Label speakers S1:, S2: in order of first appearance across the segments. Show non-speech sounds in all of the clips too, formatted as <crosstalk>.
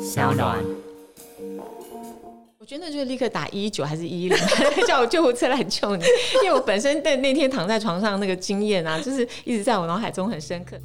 S1: 小暖。
S2: 我觉得那就立刻打一一九还是一一零， <laughs> 叫我救护车来救你，因为我本身对那天躺在床上那个经验啊，就是一直在我脑海中很深刻。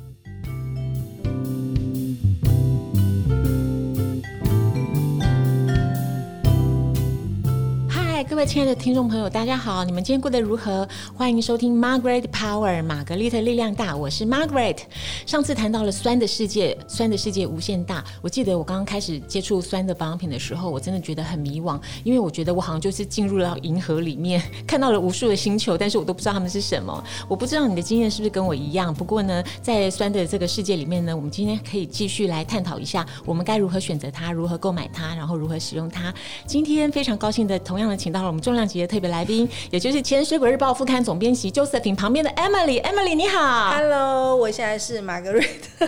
S2: 嗨，各位亲爱的听众朋友，大家好！你们今天过得如何？欢迎收听 Margaret Power 玛格丽特力量大，我是 Margaret。上次谈到了酸的世界，酸的世界无限大。我记得我刚刚开始接触酸的保养品的时候，我真的觉得很迷惘，因为我觉得我好像就是进入了银河里面，看到了无数的星球，但是我都不知道它们是什么。我不知道你的经验是不是跟我一样。不过呢，在酸的这个世界里面呢，我们今天可以继续来探讨一下，我们该如何选择它，如何购买它，然后如何使用它。今天非常高兴的，同样的请到了我们重量级的特别来宾，也就是前《水果日报》副刊总编辑 Josephine 旁边的 Emily。Emily 你好
S3: Hello，我现在是玛格瑞 <laughs> 特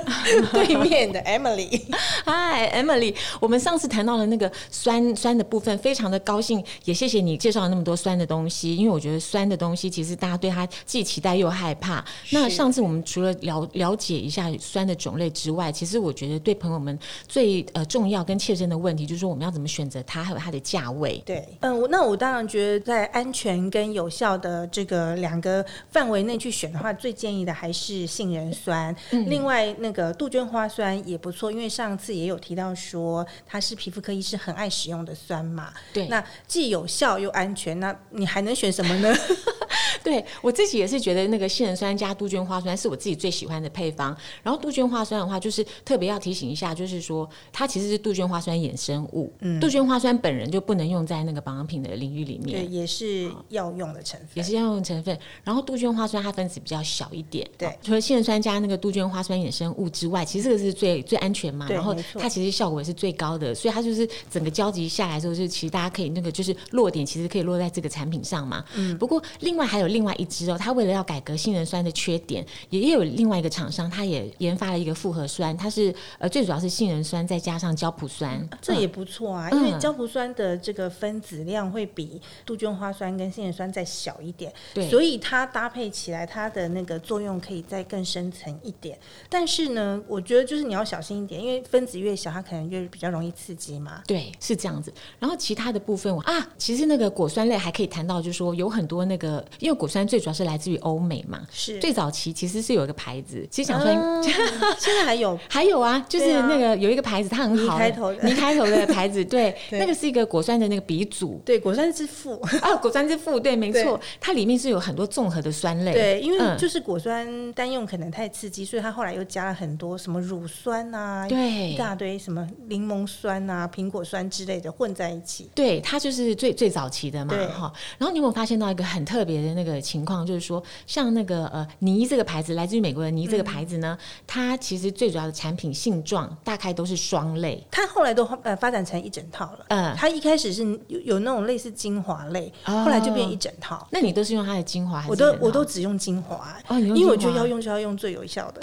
S3: 对面的 <laughs> Emily。
S2: ，Hi Emily。我们上次谈到了那个酸酸的部分，非常的高兴，也谢谢你介绍了那么多酸的东西，因为我觉得酸的东西其实大家对它既期待又害怕。那
S3: 是
S2: 上次我们除了了了解一下酸的种类之外，其实我觉得对朋友们最呃重要跟切身的问题，就是说我们要怎么选择它，还有它的价位。
S3: 对，嗯，我那我当然觉得在安全跟有效的这个两个范围内去选的话，最建议的还是杏仁酸。另外，那个杜鹃花酸也不错，因为上次也有提到说它是皮肤科医师很爱使用的酸嘛。
S2: 对
S3: 那既有效又安全，那你还能选什么呢？
S2: <laughs> 对我自己也是觉得那个杏仁酸加杜鹃花酸是我自己最喜欢的配方。然后杜鹃花酸的话，就是特别要提醒一下，就是说它其实是杜鹃花酸衍生物，杜鹃花酸本人就不能用在那个保养品的领域里
S3: 对，
S2: 面。
S3: <laughs> 也是药用的成分。
S2: 也是要用成分，然后杜鹃花酸它分子比较小一点，
S3: 对
S2: 哦除了杏仁酸加那个杜鹃花酸衍生物之外，其实这个是最最安全嘛，
S3: 对
S2: 然后
S3: 没错
S2: 它其实效果也是最高的，所以它就是整个交集下来之后，就是其实大家可以那个就是落点，其实可以落在这个产品上嘛。
S3: 嗯
S2: 不过另外还有另外一支哦，它为了要改革杏仁酸的缺点，也也有另外一个厂商，它也研发了一个复合酸，它是呃最主要是杏仁酸再加上胶普酸，
S3: 这也
S2: 嗯
S3: 不错啊，
S2: 嗯
S3: 因为胶葡酸的这个分子量会比杜鹃花酸跟杏仁酸再小一点，
S2: 对
S3: 所以它搭配起来，它的那个作用可以再更深层一点。但是呢，我觉得就是你要小心一点，因为分子越小，它可能越比较容易刺激嘛。
S2: 对，是这样子。然后其他的部分我啊，其实那个果酸类还可以谈到，就是说有很多那个，因为果酸最主要是来自于欧美嘛，
S3: 是，
S2: 最早期其实是有一个牌子，其实想说。
S3: 嗯， <laughs> 现在还有
S2: <laughs> 还有啊，就是
S3: 对啊
S2: 那个有一个牌子，它很好，
S3: 泥开头的
S2: 泥开头的牌子，对，
S3: <laughs> 对
S2: 那个是一个果酸的那个鼻祖
S3: 对果酸之父，
S2: 啊，果酸之父，对，没错，它里面是有很多综合的酸类，
S3: 对，因为
S2: 嗯
S3: 就是果酸单用可能太刺激，所以它后来又加了很多什么乳酸啊，
S2: 对
S3: 一大堆什么柠檬酸啊、苹果酸之类的混在一起。
S2: 对，它就是最最早期的嘛
S3: 对，
S2: 哈。然后你有没有发现到一个很特别的那个情况，就是说，像那个呃尼这个牌子，来自于美国的尼
S3: 嗯
S2: 这个牌子呢，它其实最主要的产品性状大概都是双类。
S3: 它后来都呃发展成一整套了。
S2: 嗯
S3: 它一开始是有有那种类似精华类，
S2: 哦
S3: 后来就变一整套。
S2: 那你都是用它的精华还是
S3: 我
S2: 你的
S3: 都
S2: 呢？
S3: 我都只用精华，
S2: 哦你用精华啊
S3: 因为我觉得要用就要用最有效的。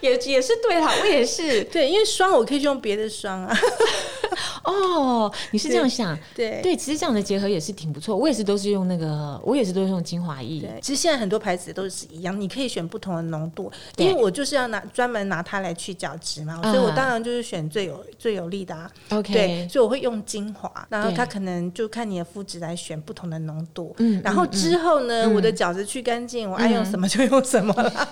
S2: 也也是对啦，我也是
S3: 对，因为霜我可以去用别的霜啊。 <laughs>
S2: 哦，你是这样想。
S3: 对
S2: 对，其实这样的结合也是挺不错。我也是都是用那个，我也是都是用精华液。
S3: 对，其实现在很多牌子都是一样，你可以选不同的浓度。
S2: 对
S3: 因为我就是要拿专门拿它来去角质嘛，
S2: 嗯
S3: 所以我当然就是选最有最有力的啊。
S2: OK，
S3: 对，所以我会用精华，然后
S2: 对
S3: 它可能就看你的肤质来选不同的浓度。
S2: 嗯
S3: 然后
S2: 嗯嗯嗯
S3: 之后呢，我的角质去干净，我爱用什么就用什么啦。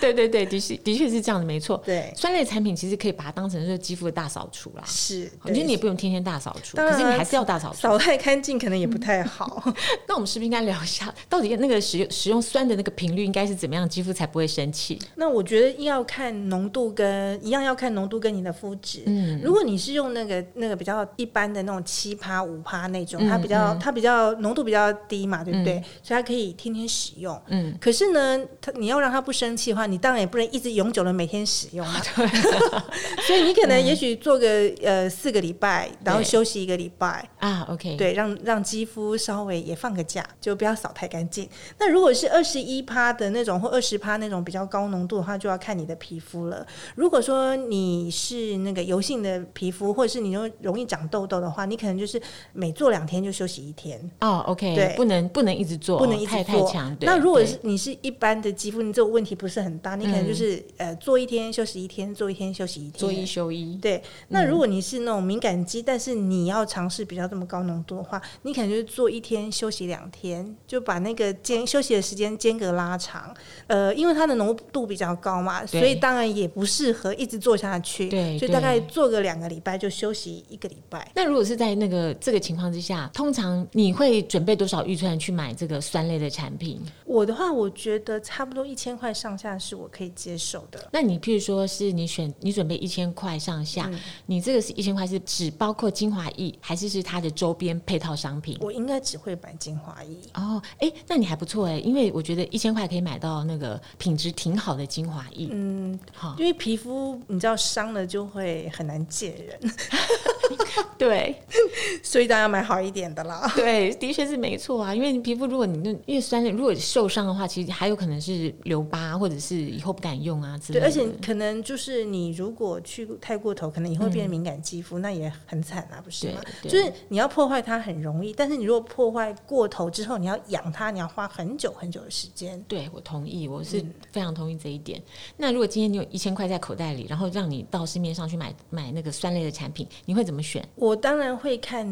S2: 对对对，的确的确是这样的，没错。
S3: 对，
S2: 酸类产品其实可以把它当成是肌肤的大扫除啦。
S3: <laughs> 是，
S2: 我觉得你也不用天天大扫除，
S3: 当然
S2: 可是你还是要大扫除。
S3: 扫太干净可能也不太
S2: <laughs>
S3: 好。 <laughs> 嗯
S2: 那我们是不是应该聊一下，到底那个使用使用酸的那个频率应该是怎么样，肌肤才不会生气？
S3: 那我觉得要看浓度跟一样要看浓度跟你的肤质。
S2: 嗯
S3: 如果你是用那个那个比较一般的那种七趴五趴那种，
S2: 嗯
S3: 它比较、
S2: 嗯
S3: 它比较浓度比较低嘛，对不对？所以它可以天天使用。
S2: 嗯，
S3: 可是呢，它你要让它不生气的话，你当啊
S2: <laughs>
S3: <laughs> 然也不能一直永久的每天使用嘛。所以你可能也许做个呃四四个礼拜，然后
S2: 嗯对
S3: 休息一个礼拜，
S2: 啊，OK，，
S3: 对，让让肌肤稍微也放个假，就不要扫太干净。那如果是二十一趴的那种或二十趴那种比较高浓度的话，就要看你的皮肤了。如果说你是那个油性的皮肤，或者是你容容易长痘痘的话，你可能就是每做两天就休息一天。
S2: 哦，OK，
S3: 对
S2: 不能不能一直做，
S3: 不能一直
S2: 哦太太
S3: 做
S2: 强。对
S3: 那如果
S2: 对嗯
S3: 是你是一般的肌肤，你这个问题不是很大，你可能就是、呃做一天休息一天，做一天休息一天，
S2: 做一休一，
S3: 对，那
S2: 嗯
S3: 如果你是那种敏感肌，但是你要尝试比较这么高浓度的话，你可能就是做一天休息两天，就把那个间休息的时间间隔拉长。呃，因为它的浓度比较高嘛，所
S2: 对
S3: 以当然也不适合一直做下去。
S2: 对
S3: 所以大
S2: 对
S3: 概做个两个礼拜就休息一个礼拜。
S2: 那如果是在那个这个情况之下，通常你会准备多少预算去买这个酸类的产品？
S3: 我的话，我觉得差不多一千块上下是我可以接受的。
S2: 那你譬如说是你选你准备一千块上下，
S3: 嗯
S2: 你这个是一千块是只包括精华液，还是是它的周边配套商品？
S3: 我应该只会买精华液。
S2: 哦，哎，那你还不错哎，因为我觉得一千块可以买到那个品质挺好的精华液。
S3: 嗯，
S2: 好，
S3: 因为皮肤你知道伤了就会很难见人， <laughs>
S2: 对
S3: 所以当然要买好一点的啦。 <laughs>
S2: 对，的确是没错啊。因为你皮肤如果你那因为酸类，如果受伤的话，其实还有可能是留疤，或者是以后不敢用啊之类
S3: 对，
S2: 的。
S3: 而且可能就是你如果去太过头，可能你会变敏感肌肤，那也很惨啊，不是吗？
S2: 嗯对对
S3: 就是你要破坏它很容易，但是你如果破坏过头之后，你要养它，你要花很久很久的时间。
S2: 对，我同意，我
S3: 嗯
S2: 是非常同意这一点。那如果今天你有一千块在口袋里，然后让你到市面上去买买那个酸类的产品，你会怎么选？
S3: 我当然会看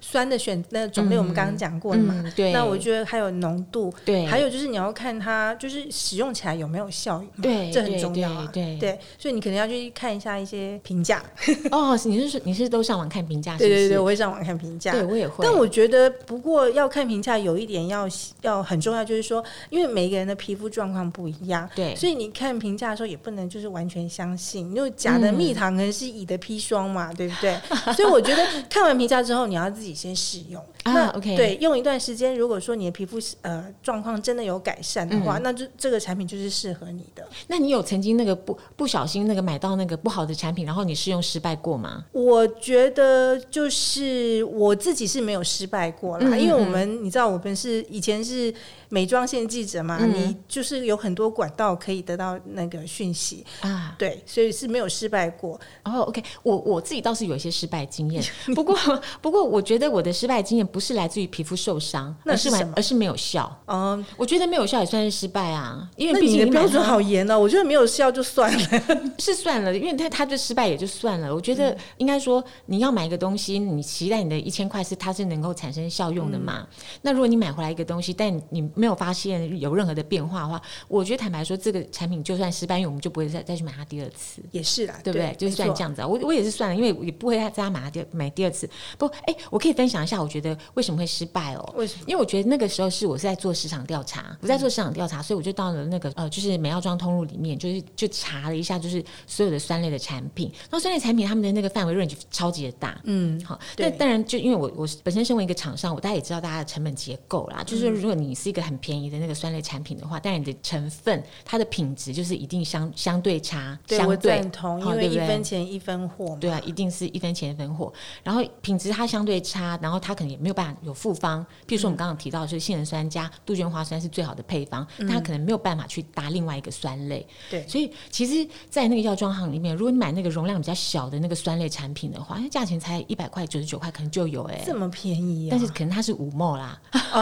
S3: 酸的选那种类，我们刚刚讲过了嘛。
S2: 嗯对
S3: 那我觉得还有浓度，
S2: 对，
S3: 还有就是你要看它就是使用起来有没有效益嘛。
S2: 对，
S3: 这很
S2: 对
S3: 重要啊。
S2: 对
S3: 对，所以你可能要去看一下一些评价。
S2: 哦，你是说你是都上网看评价是
S3: 对
S2: 不
S3: 对
S2: 是？
S3: 对，我会上网看评价。
S2: 对我也会。
S3: 但我觉得，不过要看评价，有一点要要很重要，就是说，因为每个人的皮肤状况不一样，
S2: 对
S3: 所以你看评价的时候也不能就是完全相信，因为假的蜜糖可能是乙的砒霜
S2: <laughs>
S3: 嘛，对不对？所以我觉得看完评价之后，你要自己先试
S2: <laughs>
S3: 用。
S2: 啊
S3: 那
S2: OK
S3: 对，用一段时间，如果说你的皮肤呃状况真的有改善的
S2: 嗯
S3: 话，那就这个产品就是适合你的。
S2: 那你有曾经那个不不小心那个买到那个不好的产品，然后你试用失败过吗？
S3: 我觉得就是我自己是没有失败过啦，
S2: 嗯嗯
S3: 因为我们你知道我们是以前是美妆线记者嘛，
S2: 嗯
S3: 你就是有很多管道可以得到那个讯息，
S2: 啊，
S3: 对，所以是没有失败过。
S2: 哦、o k 我我自己倒是有一些失败经 <laughs> 验，不过不过我觉得我的失败经验不是来自于皮肤受伤，
S3: 那
S2: 而
S3: 是
S2: 是完哦
S3: 什么
S2: 而是没有效。
S3: 嗯，
S2: 我觉得没有效也算是失败啊，因
S3: 那
S2: 为毕
S3: 你
S2: 竟
S3: 的
S2: 买
S3: 标准
S2: 它
S3: 好严哦，我觉得没有效就算了。 <laughs>
S2: 是算了，因为他他就失败也就算了。我觉得应该说，你要买一个东西，你期待你的一千块是它是能够产生效用的嘛？那如果你买回来一个东西，但你没有发现有任何的变化的话，我觉得坦白说，这个产品就算失败，因为我们就不会再再去买它第二次。
S3: 也是啦，
S2: 对不对？
S3: 对？
S2: 就是算
S3: 没错
S2: 这样子啊，我我也是算了，因为我也不会再再买它第二买第二次。不，哎、我可以分享一下，我觉得为什么会失败哦？
S3: 为什么？
S2: 因为我觉得那个时候是我是在做市场调查，我在做市场调查，所以我就到了那个呃，就是美药妆通路里面，就是就查了一下，就是所有的酸类的产品。那酸类产品他们的那个范围 range 超级的大，
S3: 嗯，
S2: 好，
S3: 对
S2: 那当然就因为我我本身身为一个厂商，我大家也知道大家的成本结构啦，就是
S3: 嗯
S2: 如果你是一个很便宜的那个酸类产品的话，当然你的成分它的品质就是一定相相对差，
S3: 对
S2: 相
S3: 我
S2: 对
S3: 赞同，
S2: 好
S3: 因为
S2: 对不
S3: 一
S2: 对
S3: 分钱一分货嘛。
S2: 对啊，一定是一分钱一分货。然后品质它相对差，然后它可能也没有办法有复方。比如
S3: 嗯
S2: 说我们刚刚提到的是杏仁酸加杜鹃花酸是最好的配方，它可能没有办法去搭另外一个酸类。
S3: 嗯对
S2: 所以其实，在那个药妆行里面，如果你买那个容量比较小的那个酸类产品的话，那价钱才一百块、九十九块，可能就有哎、
S3: 这么哦便宜、啊，
S2: 但是可能它是五墨啦， <laughs>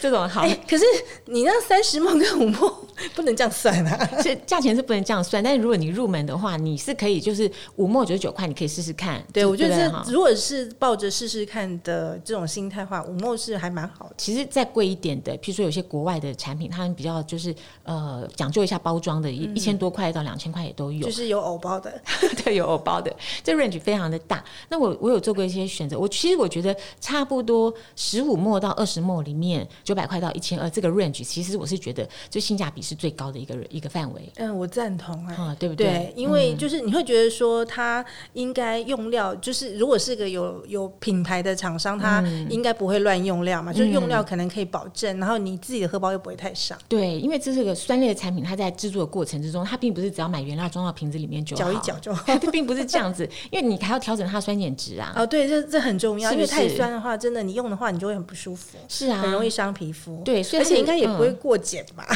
S2: 这种好
S3: 哎、可是你那三十梦跟五梦 <laughs> 不能这样算啊。
S2: 这价钱是不能这样算。但是如果你入门的话，你是可以就是五墨九十九块，你可以试试看。
S3: 对，我觉
S2: 不
S3: 得
S2: 哈
S3: 这如果是抱着试试看的这种心态的话，五墨是还蛮好的。
S2: 其实再贵一点的，譬如说有些国外的产品，他们比较就是呃讲究一下包装的，一一千多块到两千块也都有
S3: 嗯就，是有藕包的，
S2: 对，有偶包的， <laughs> 这 range 非常的大。那我我有做过一些选择，我其实我觉得差不多十五墨到二十墨里面，九百块到一千呃这个 range，其实我是觉得就性价比是最高的一个一个范围
S3: 嗯，我赞同啊。
S2: 啊，对不
S3: 对，因为就是你会觉得说，它应该用料，就是如果是个有有品牌的厂商，它应该不会乱用料嘛，就是用料可能可以保证，然后你自己的荷包又不会太伤，
S2: 对，因为这是个酸类的产品，它在制作的过程之中，它并不是只要买原料装到瓶子里面就好，
S3: 搅一搅就好。
S2: <laughs> 它并不是这样子，因为你还要调整它的酸碱值啊。
S3: <laughs> 哦，对，这这很重要，
S2: 是
S3: 因
S2: 不
S3: 为
S2: 是
S3: 太酸的话，真的你用的话，你就会很不舒服，
S2: 是啊，
S3: 很容易伤皮肤。
S2: 对，所以
S3: 而
S2: 它
S3: 且
S2: 是
S3: 应该也不会
S2: 嗯
S3: 过碱吧？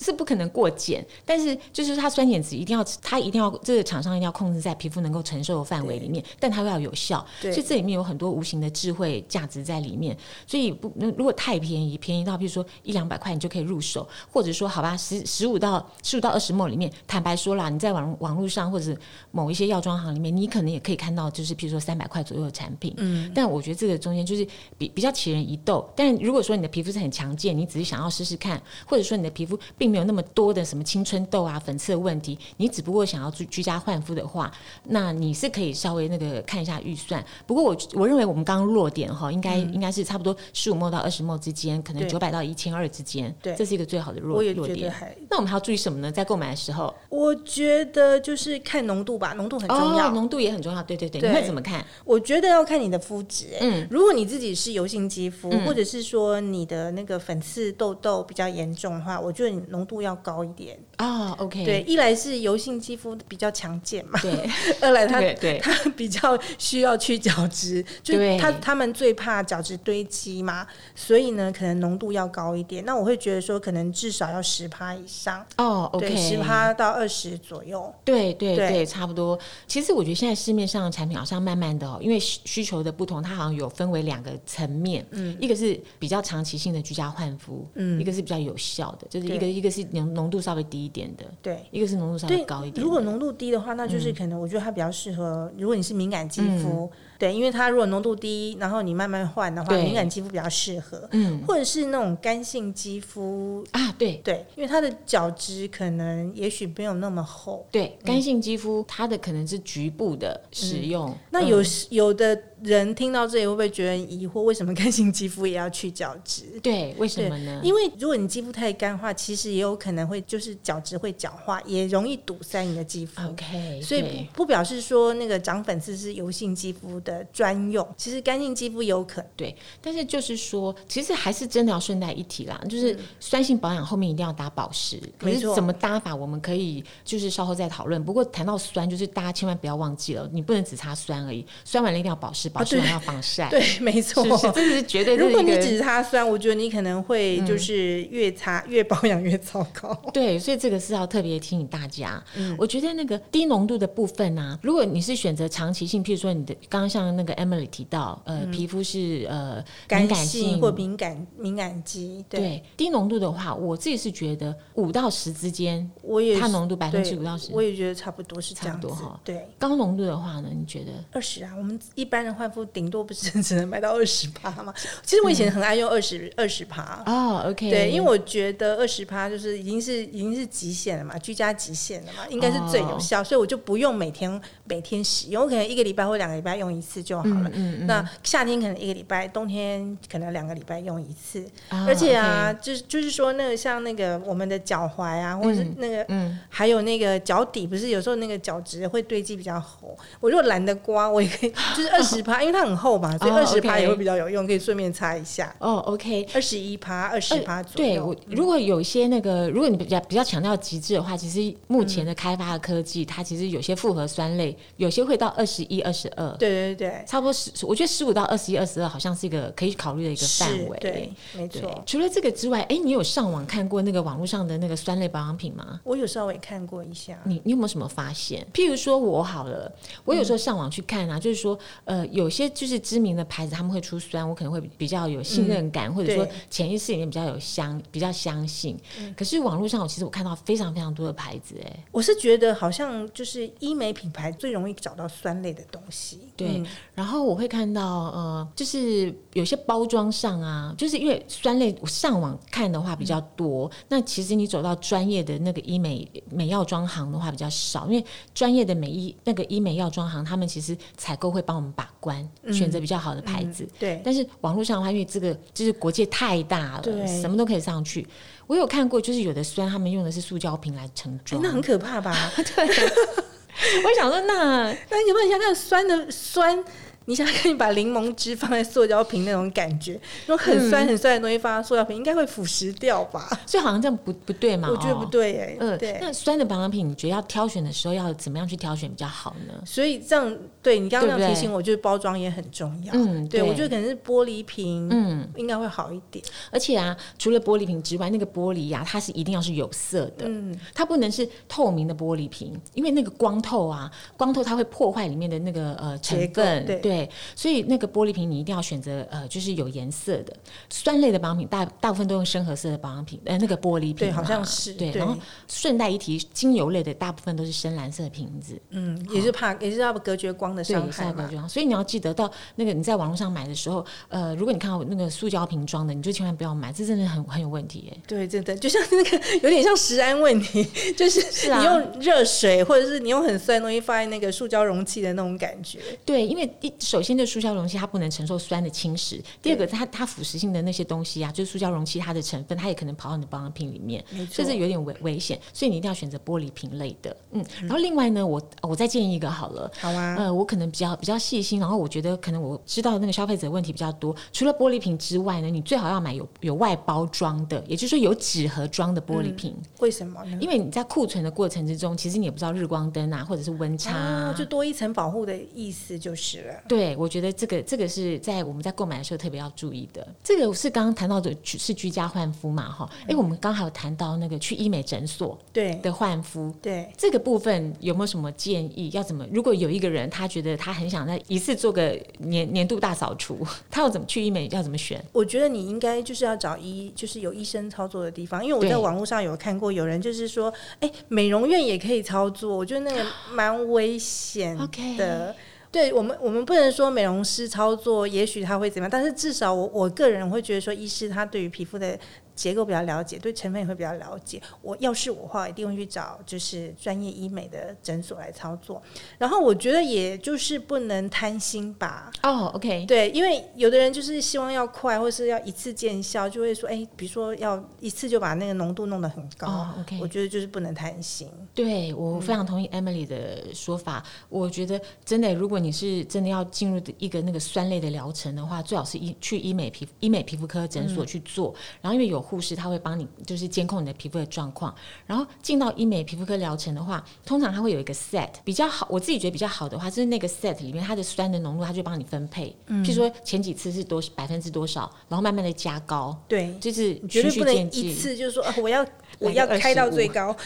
S2: 是不可能过碱，但是就是它酸碱值一定要，它一定要这个厂商一定要控制在皮肤能够承受的范围里面，但它又要有效，所
S3: 对
S2: 以这里面有很多无形的智慧价值在里面。所以不，如果太便宜，便宜到譬如说一两百块你就可以入手，或者说好吧，十十五到十五到二十梦里面，坦白说啦，你在网网络上或者是某一些药妆行里面，你可能也可以看到，就是譬如说三百块左右的产品，嗯，但我觉得这个中间就是比比较奇人一斗。但如果说你的皮肤是很强健，你只是想要试试看，或者说你的皮肤并没有那么多的什么青春痘啊、粉刺的问题，你只不过想要居居家换肤的话，那你是可以稍微那个看一下预算。不过我我认为我们刚刚落点哈，应该、应该是差不多十五墨到二十墨之间，可能
S3: 嗯对
S2: 九百到一千二之间，
S3: 对
S2: 这是一个最好的落
S3: 我也
S2: 落
S3: 觉得
S2: 点。
S3: 还
S2: 那我们还要注意什么呢？在购买的时候，
S3: 我觉得就是看浓度吧，浓度很重要。
S2: 哦，浓度也很重要。对对对，
S3: 对
S2: 你会怎么看？
S3: 我觉得要看你的肤质、欸
S2: 嗯
S3: 如果你自己是油性肌肤，或者是说你的那个粉刺、痘痘比较严重的话，我觉得你浓度要高一点。
S2: 哦，OK，
S3: 对，一来是油性肌肤比较强健嘛，
S2: 对
S3: <laughs> 二来它
S2: 对对
S3: 它比较需要去角质，就是
S2: 对
S3: 它它们最怕角质堆积嘛，所以呢，可能浓度要高一点。那我会觉得说，可能至少要十趴以上，
S2: 哦，OK，
S3: 对，十趴到二十左右。
S2: 对对
S3: 对
S2: 对，差不多。其实我觉得现在市面上的产品好像慢慢的、哦，因为需需求的不同，它好像有分为两个层面，嗯，一个是比较长期性的居家换肤，嗯，一个是比较有效的，就是一个
S3: 对
S2: 一个是浓浓度稍微低一点的，
S3: 对，
S2: 一个是浓度稍微
S3: 对
S2: 高一，点的。嗯
S3: 如果浓度低的话，那就是可能我觉得它比较适合，如果你是敏感肌肤，对，因为它如果浓度低，然后你慢慢换的话，
S2: 对
S3: 敏感肌肤比较适合，
S2: 嗯
S3: 或者是那种干性肌肤，
S2: 啊，对。
S3: 对，因为它的角质可能也许没有那么厚。
S2: 对，干性肌肤它的可能是局部的使用，
S3: 那
S2: 嗯
S3: 有、有的人听到这里会不会觉得很疑惑？为什么干性肌肤也要去角质？
S2: 对为什么呢？
S3: 因为如果你肌肤太干的话，其实也有可能会就是角质会角化，也容易堵塞你的肌肤。
S2: 哦 OK，
S3: 所以
S2: 对
S3: 不表示说那个长粉刺是油性肌肤的专用，其实干性肌肤也有可能。
S2: 对，但是就是说，其实还是真的要顺带一提啦，就是酸性保养后面一定要搭保湿，可
S3: 嗯没
S2: 是
S3: 错
S2: 怎么搭法我们可以就是稍后再讨论。不过谈到酸，就是大家千万不要忘记了，你不能只擦酸而已，酸完了一定要保湿，保湿完了要防晒。
S3: 啊 <laughs> 对，没错。
S2: 是
S3: <laughs>
S2: 是，这是绝对。
S3: 如果你
S2: 这是一个嗯
S3: 只擦酸，我觉得你可能会就是越擦、越保养越糟糕。
S2: 对，所以这个是要特别提醒大家。
S3: 嗯
S2: 我觉得那个低浓度的部分啊，如果你是选择长期性，譬如说你的刚刚像那个 Emily 提到，呃，皮肤是呃敏感
S3: 嗯性或敏感敏感肌，对
S2: 对低浓度的话，我自己是觉得五到十之间，
S3: 我也
S2: 它
S3: 是
S2: 浓度百分之
S3: 对
S2: 五到十。
S3: 我也觉得差不多是这样
S2: 差不
S3: 子
S2: 多哈。
S3: 对，
S2: 高浓度的话呢，你觉得？
S3: 二十啊，我们一般人换肤顶多不是 <laughs> 只能买到二十趴吗？其实我以
S2: 嗯
S3: 前很爱用二十二十趴。
S2: 哦，OK，
S3: 对，因为我觉得二十趴就是已经是已经是极限了嘛，居家极限了嘛，应该是最
S2: 哦
S3: 有效，所以我就不用每天每天使用，我可能一个礼拜或两个礼拜用一次就
S2: 嗯
S3: 好了。那夏天可能一个礼拜，冬天可能两个礼拜用一次。
S2: 啊
S3: 而且啊，就是就是说那个像那个我们的脚踝啊，或者是那个、
S2: 嗯
S3: 还有那个脚底，不是有时候那个脚趾会堆积比较厚，我如果懒得刮，我也可以就是二十趴，因为它很厚嘛，所以
S2: 哦
S3: 二十趴
S2: OK
S3: 也会比较有用，可以顺便擦一下。
S2: 哦，OK，
S3: 二十一趴、二十趴左
S2: 对
S3: 右。嗯
S2: 我，如果有一些那个，如果你比较比较强调极致的话，其实目前
S3: 嗯
S2: 的开发的科技，它其实有些复合酸类，有些会到二十一、二十二，
S3: 对对对
S2: 差不多十，我觉得十五到二十一、二十二好像是一个可以考虑的一
S3: 对，
S2: 个范围。
S3: 是对，没
S2: 对
S3: 错。
S2: 除了这个之外，哎，你有上网看过那个网络上的那个酸类保养品吗？
S3: 我有稍微看过一下，
S2: 你你有没有什么发现？譬如说我好了，我有时候上网去看啊，就是说，呃，有些就是知名的牌子他们会出酸，我可能会比较有信任感，或者说
S3: 对
S2: 潜意识里面比较有相比较相信。可是网络上，我其实我看到非常非常多的牌子、哎，
S3: 我是觉得好像就是医美品牌最容易找到酸类的东西。
S2: 对，
S3: 嗯
S2: 然后我会看到，呃，就是有些包装上啊，就是因为酸类我上网看的话比较多，那其实你走到专业的那个医美美药妆行的话比较少，因为专业的美医那个医美药妆行，他们其实采购会帮我们把关，
S3: 嗯
S2: 选择比较好的牌子。
S3: 对，
S2: 但是网络上的话，因为这个就是国界太大了，
S3: 对
S2: 什么都可以上去。我有看过，就是有的酸他们用的是塑胶瓶来盛
S3: 哎
S2: 装，
S3: 那很可怕吧？
S2: 嗯我想说那
S3: 那你有没有想看酸的酸？你想看你把柠檬汁放在塑胶瓶那种感觉，那种很
S2: 嗯
S3: 酸很酸的东西放在塑胶瓶，应该会腐蚀掉吧？
S2: 所以好像这样不不对嘛？
S3: 我觉得不
S2: 哦
S3: 对哎、
S2: 嗯，
S3: 对。
S2: 那酸的保养品，你觉得要挑选的时候要怎么样去挑选比较好呢？
S3: 所以这样，对你刚刚
S2: 对
S3: 那
S2: 不
S3: 样
S2: 对
S3: 提醒我，就是包装也很重要。
S2: 嗯
S3: 对
S2: 对
S3: 我觉得可能是玻璃瓶，
S2: 嗯，
S3: 应该会好一点。
S2: 而且啊，除了玻璃瓶之外，那个玻璃呀、它是一定要是有色的，
S3: 嗯，
S2: 它不能是透明的玻璃瓶，因为那个光透啊，光透它会破坏里面的那个呃成
S3: 结
S2: 分，
S3: 构对
S2: 所以那个玻璃瓶你一定要选择呃就是有颜色的。酸类的保养品大大部分都用深褐色的保养品，呃那个玻璃瓶嘛，
S3: 对好像是
S2: 啊对。
S3: 对
S2: 然后顺带一提，精油类的大部分都是深蓝色的瓶子，
S3: 嗯，也是怕，也是要隔绝光的
S2: 对，
S3: 伤
S2: 也是
S3: 害
S2: 要包
S3: 嘛。
S2: 装。所以你要记得到那个你在网络上买的时候，呃，如果你看到那个塑胶瓶装的，你就千万不要买，这真的很很有问题耶。
S3: 对，真的就像那个有点像食安问题， <laughs> 就是
S2: 啊
S3: 你用热水或者是你用很酸的东西放在那个塑胶容器的那种感觉。
S2: 对，因为一首先这塑胶容器它不能承受酸的侵蚀，第二个它它腐蚀性的那些东西啊，就是塑胶容器它的成分，它也可能跑到你的保养品里面
S3: 没，
S2: 所以这有点危危险，所以你一定要选择玻璃瓶类的。嗯，然后另外呢，我我再建议一个好了，
S3: 好啊，
S2: 呃，我可能比较比较细心，然后我觉得可能我知道那个消费者问题比较多。除了玻璃瓶之外呢，你最好要买有有外包装的，也就是说有纸盒装的
S3: 嗯
S2: 玻璃瓶，
S3: 为什么呢？
S2: 因为你在库存的过程之中，其实你也不知道日光灯啊，或者是温差啊、
S3: 啊，就多一层保护的意思就是了。
S2: 对，我觉得这个这个是在我们在购买的时候特别要注意的。这个是刚刚谈到的居是居家换肤嘛，哈，哎，我们刚还有谈到那个去医美诊所
S3: 对
S2: 的换肤，
S3: 对，
S2: 这个部分有没有什么建议？要怎么？如果有一个人他觉得他很想在一次做个年年度大扫除， <laughs> 他要怎么去医美？要怎么选？
S3: 我觉得你应该就是要找医，就是有医生操作的地方，因为我
S2: 对
S3: 在网络上有看过有人就是说，哎、美容院也可以操作，我觉得那个蛮危险
S2: 啊
S3: 的。对我们，我们不能说美容师操作，也许他会怎么样，但是至少我我个人会觉得说，医师他对于皮肤的结构比较了解，对成分也会比较了解。我要是我的话，一定会去找就是专业医美的诊所来操作。然后我觉得也就是不能贪心吧，
S2: 哦，OK、o k
S3: 对，因为有的人就是希望要快，或是要一次见效，就会说，哎、比如说要一次就把那个浓度弄得很高。
S2: 哦，OK、
S3: 我觉得就是不能贪心。
S2: 对我非常
S3: 嗯
S2: 同意 Emily 的说法。我觉得真的，如果你是真的要进入一个那个酸类的疗程的话，最好是医去医美皮肤医美皮肤科诊
S3: 嗯
S2: 所去做。然后因为有护士，他会帮你就是监控你的皮肤的状况。然后进到医美皮肤科疗程的话，通常它会有一个 set 比较好，我自己觉得比较好的话，就是那个 set 里面它的酸的浓度，它就帮你分配。
S3: 嗯
S2: 譬如说前几次是多百分之多少，然后慢慢的加高，
S3: 对，
S2: 就是循
S3: 绝对
S2: 序
S3: 不能
S2: 渐
S3: 一
S2: 进。
S3: 次就说、啊我要我要开到最高。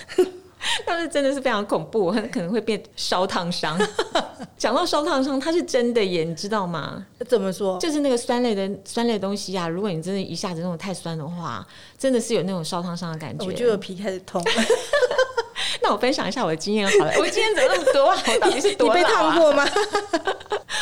S2: 但是真的是非常恐怖，可能会变烧烫伤。 <laughs> 讲到烧烫伤，它是真的耶，你知道吗？
S3: 怎么说？
S2: 就是那个酸类的酸类的东西啊，如果你真的一下子弄得太酸的话，真的是有那种烧烫伤的感觉。
S3: 我觉得我皮开始
S2: <laughs>
S3: 痛。
S2: 那我分享一下我的经验好了，我今天怎么那么多啊？我到底是
S3: 你
S2: 多、啊、
S3: 被烫
S2: <laughs>
S3: 过吗？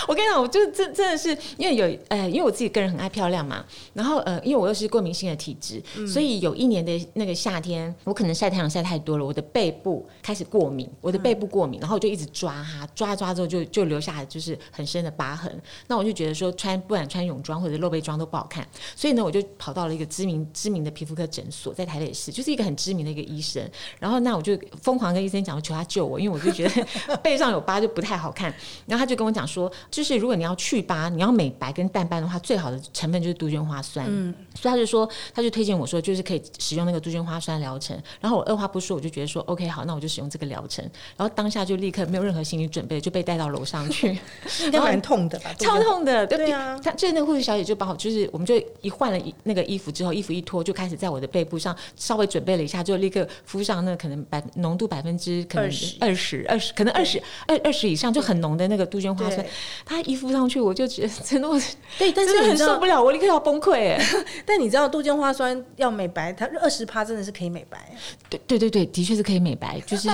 S2: 我跟你讲，我就真真的是因为有呃，因为我自己个人很爱漂亮嘛，然后呃，因为我又是过敏性的体质，所以有一年的那个夏天，我可能晒太阳晒太多了，我的背部开始过敏，我的背部过敏，然后我就一直抓它，抓抓之后就就留下了就是很深的疤痕。那我就觉得说穿不管穿泳装或者露背装都不好看，所以呢，我就跑到了一个知名知名的皮肤科诊所，在台北市，就是一个很知名的一个医生。然后那我就疯狂跟医生讲，我求他救我，因为我就觉得 <laughs> 背上有疤就不太好看。然后他就跟我讲说，就是如果你要去疤，你要美白跟淡斑的话，最好的成分就是杜鹃花酸。所以他就说，他就推荐我说，就是可以使用那个杜鹃花酸疗程。然后我二话不说，我就觉得说，OK，好，那我就使用这个疗程。然后当下就立刻没有任何心理准备，就被带到楼上去。
S3: 应该蛮痛的吧？对
S2: <laughs>
S3: 不
S2: 超
S3: 对。
S2: 痛的，对
S3: 对啊
S2: 她就是那个护士小姐就把我，就是我们就一换了一那个衣服之后，衣服一脱就开始在我的背部上稍微准备了一下，就立刻敷上那可能百浓度百分之可能
S3: 20
S2: 二十二十，可能二十二二十以上就很浓的那个杜鹃花酸
S3: 对。
S2: 她它一敷上去，我就觉得真的我
S3: 对，但
S2: 真
S3: 是
S2: 的
S3: 你
S2: 很
S3: 知
S2: 受
S3: 道
S2: 不，了，我立刻要崩溃哎！
S3: 但你知道杜鹃花酸要美白，它二十趴真的是可以美白。
S2: 对对对对，的确是可以美白，就是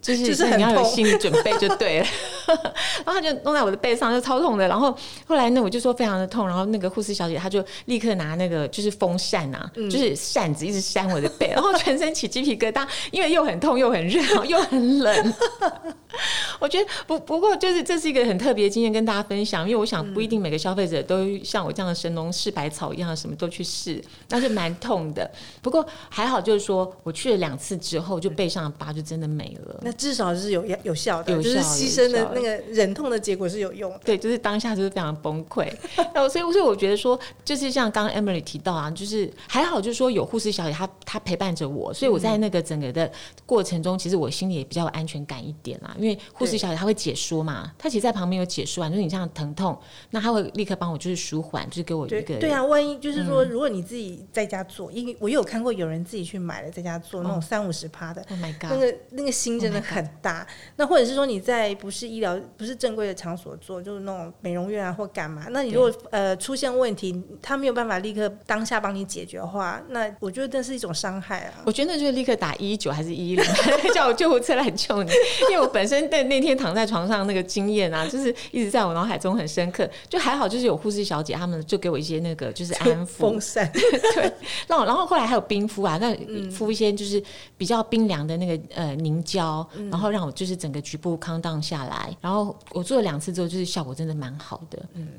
S2: 就是
S3: 就是很
S2: 你要有
S3: 痛
S2: 心理准备就对了。 <laughs> 然后他就弄在我的背上，就超痛的。然后后来呢，我就说非常的痛，然后那个护士小姐她就立刻拿那个就是风扇啊，就是扇子一直扇我的背，然后全身起鸡皮疙瘩，因为又很痛又很热，然后又很冷。我觉得不不过就是这是一个很特别的经验跟大家分享，因为我想不一定每个消费者都像我这样的神农试百草一样，什么都去试，那就蛮痛的。不过还好，就是说我去了两次之后，就背上的疤就真的没了。
S3: 那至少是有有效的，
S2: 有
S3: 就是
S2: 效
S3: 牺
S2: 有
S3: 牲的
S2: 效
S3: 那个忍痛的结果是有用的。
S2: 对，就是当下就是非常崩溃。 <laughs> 那我所以所以我觉得说，就是像刚刚 Emily 提到啊，就是还好，就是说有护士小姐她她陪伴着我，所以我
S3: 嗯
S2: 在那个整个的过程中，其实我心里也比较有安全感一点啦。因为护士
S3: 对
S2: 小姐她会解说嘛，她其实在旁边有解说啊，就是你这样疼痛，那她会立刻帮我就是舒缓，就是给我一
S3: 对
S2: 个嗯
S3: 对啊，万一就是说，如果你自己在家做，因为我有看过有人自己去买了在家
S2: 哦
S3: 做那种三五十趴的，
S2: Oh my
S3: 那
S2: God！
S3: 个那个心真的
S2: Oh
S3: 很大。那或者是说你在不是医疗不是正规的场所做，就是那种美容院啊或干嘛，那你如果呃出现问题，他没有办法立刻当下帮你解决的话，那我觉得这是一种伤害啊。
S2: 我觉得那就是立刻打一一九还是一一零， <laughs> 叫我救护车来救你。因为我本身对那天躺在床上那个经验啊，就是一直在我脑海中很深刻。就还好，就是有护士小姐他们就给我一些那个就是安抚
S3: <laughs> 风，扇，
S2: 对。然后然后后来还有冰敷啊，那敷一些就是比较冰凉的那个呃凝胶，然后让我就是整个局部康荡下来。然后我做了两次之后，就是效果真的蛮好的。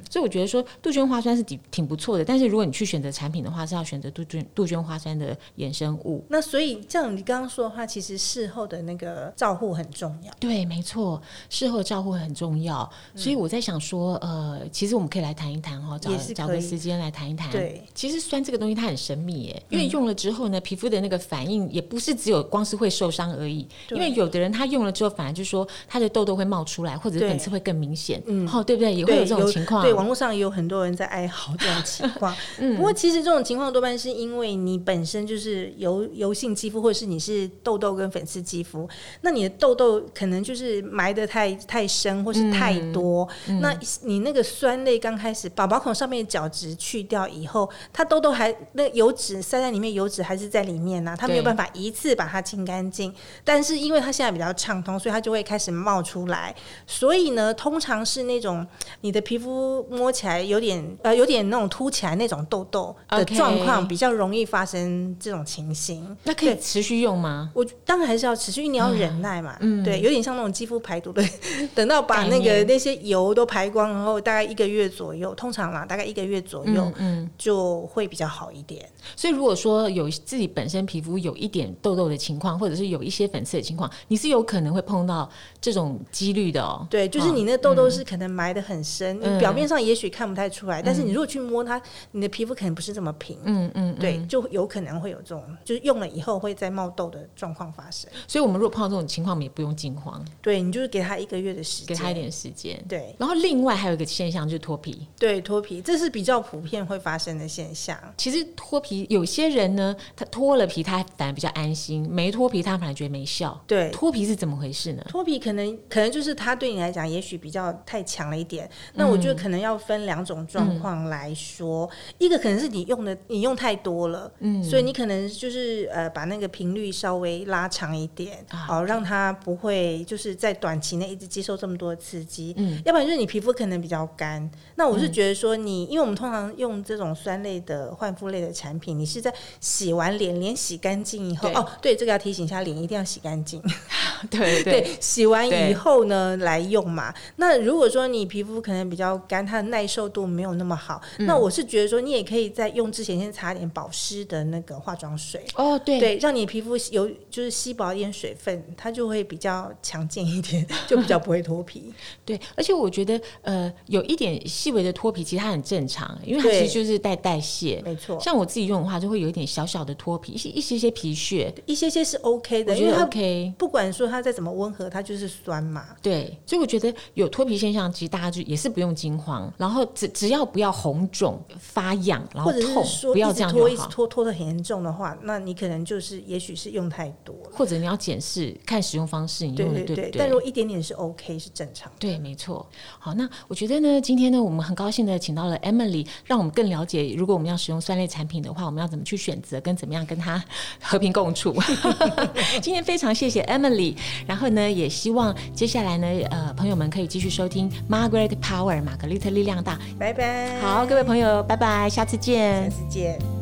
S2: 所以我觉得说杜鹃花酸是挺挺不错的，但是如果你去选择产品的话，是要选择杜鹃杜鹃花酸的衍生物。
S3: 那所以这样你刚刚说的话，其实事后的那个照护很重要。
S2: 对，没错，事后照顾很重要，所以我在想说，呃，其实我们可以来谈一谈哦哈，找
S3: 嗯也是
S2: 找
S3: 可
S2: 个
S3: 以
S2: 时间来谈一谈。
S3: 对，嗯
S2: 其实酸这个东西它很神秘耶，因为用了之后呢，皮肤的那个反应也不是只有光是会受伤而已，因
S3: 对
S2: 为有的人他用了之后，反而就说他的痘痘会冒出来，或者是
S3: 对
S2: 粉刺会更明显，
S3: 嗯
S2: 哦，对不对？也会
S3: 对，
S2: 有这种情况。啊嗯
S3: 对，网络上也有很多人在哀嚎这种情
S2: <laughs>
S3: 况。不过其实这种情况多半是因为你本身就是油油性肌肤，或者是你是痘痘跟粉刺肌肤，那你的痘痘可能就是埋得太太深，或是太多。
S2: 嗯
S3: 那你那个酸类刚开始，宝宝孔上面的角质去掉以后，它痘痘还那油脂塞在里面，油脂还是在里面呐、它没有
S2: 对
S3: 办法一次把它清干净。但是因为它现在比较畅通，所以它就会开始冒出来。所以呢，通常是那种你的皮肤摸起来有点呃有点那种凸起来那种痘痘的
S2: OK
S3: 状况，比较容易发生这种情形。
S2: 那可以
S3: 对
S2: 持续用吗？
S3: 我当然还是要持续，因为你要忍耐嘛，
S2: 嗯
S3: 对，有点像那种肌肤排毒的， <laughs> 等到把那
S2: 概
S3: 个
S2: 念
S3: 那些油都排光，然后大概一个月左右，通常啦，大概一个月左右、
S2: 嗯，
S3: 就会比较好一点。
S2: 所以如果说有自己本身皮肤有一点痘痘的情况，或者是有一些粉刺的情况，你是有可能会碰到这种几率的哦。
S3: 对，就是
S2: 哦
S3: 你那痘痘是可能埋得很深，
S2: 嗯
S3: 你表面上也许看不太出来，但是你如果去摸它，你的皮肤可能不是这么平，
S2: 嗯嗯，嗯
S3: 对，就有可能会有这种，就是用了以后会再冒痘的状况发生。
S2: 所以我们如果碰到这种情况，我们也不用惊慌，
S3: 对你就是给他一个月的时间，
S2: 给他一点时间。
S3: 对
S2: 然后另外还有一个现象就是脱皮，
S3: 对脱皮，这是比较普遍会发生的现象。
S2: 其实脱皮有些人呢，他脱了皮他反而比较安心，没脱皮他反而觉得没效。
S3: 对，
S2: 脱皮是怎么回事呢？
S3: 脱皮可能可能就是它对你来讲，也许比较太强了一点。
S2: 嗯
S3: 那我觉得可能要分两种状况来说，一个可能是你用的你用太多了，嗯，所以你可能就是呃把那个频率稍微拉长一点，
S2: 啊
S3: 哦，让它不会就是在短期内一直接受这么多刺激，
S2: 嗯，
S3: 要不然就是你皮肤可能比较干。那我是觉得说你，因为我们通常用这种酸类的焕肤类的产品，你是在洗完脸，脸洗干净以后，
S2: 对
S3: 哦，对，这个要提醒一下，脸一定要洗干净。
S2: 对
S3: <laughs> 对，洗完
S2: 对
S3: 以后呢来用嘛。那如果说你皮肤可能比较干，它的耐受度没有那么好，
S2: 嗯
S3: 那我是觉得说你也可以在用之前先擦点保湿的那个化妆水。
S2: 哦对，
S3: 对，让你皮肤有就是吸饱一点水分，它就会比较强健
S2: <laughs>
S3: 一点，就比较不会脱皮。
S2: 对，而且我觉得呃有一点细微的脱皮，其实它很正常，因为它其实就
S3: 对
S2: 是代代谢。
S3: 没错，
S2: 像我自己用的话，就会有一点小小的脱皮，一些一些些皮屑，
S3: 一些些是 OK
S2: 我
S3: 的，因
S2: 觉
S3: 为
S2: 得
S3: 它
S2: OK。
S3: 不管说它再怎么温和，它就是酸嘛。
S2: 对，所以我觉得有脱皮现象，其实大家就也是不用惊慌，然后只只要不要红肿、发痒，然后
S3: 或者是
S2: 哦痛，
S3: 说
S2: 不要
S3: 一
S2: 这
S3: 直
S2: 样
S3: 拖
S2: 就
S3: 一直
S2: 好。
S3: 拖拖的很严重的话，那你可能就是也许是用太多了。
S2: 或者你要检视看使用方式，你
S3: 对
S2: 用的对
S3: 对
S2: 不
S3: 对，
S2: 对？
S3: 但如果一点点是 OK 是正常的。
S2: 对，没错。好，那我觉得呢，今天呢，我们很高兴的请到了 Emily，让我们更了解，如果我们要使用酸类产品的话，我们要怎么去选择，跟怎么样跟它和平共处。 <laughs> 今天非常谢谢 Emily，然后呢，也希望接下来呢，呃，朋友们可以继续收听 Margaret Power 玛格丽特力量大。
S3: 拜拜，
S2: 好，各位朋友，拜拜，下次见
S3: 下。次见。